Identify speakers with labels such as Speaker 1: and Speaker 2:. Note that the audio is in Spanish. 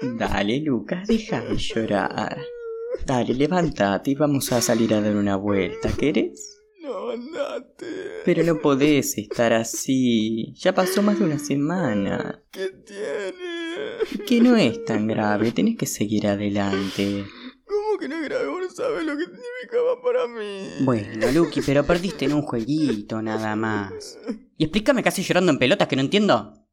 Speaker 1: Dale, Lucas, deja de llorar. Dale, levántate y vamos a salir a dar una vuelta, ¿querés?
Speaker 2: No, andate.
Speaker 1: Pero no podés estar así. Ya pasó más de una semana.
Speaker 2: ¿Qué tiene?
Speaker 1: Que no es tan grave, tenés que seguir adelante.
Speaker 2: ¿Cómo que no grave? Vos no sabés lo que significaba para mí.
Speaker 1: Bueno, Lucky, pero perdiste en un jueguito nada más. ¿Y explícame qué haces llorando en pelotas que no entiendo?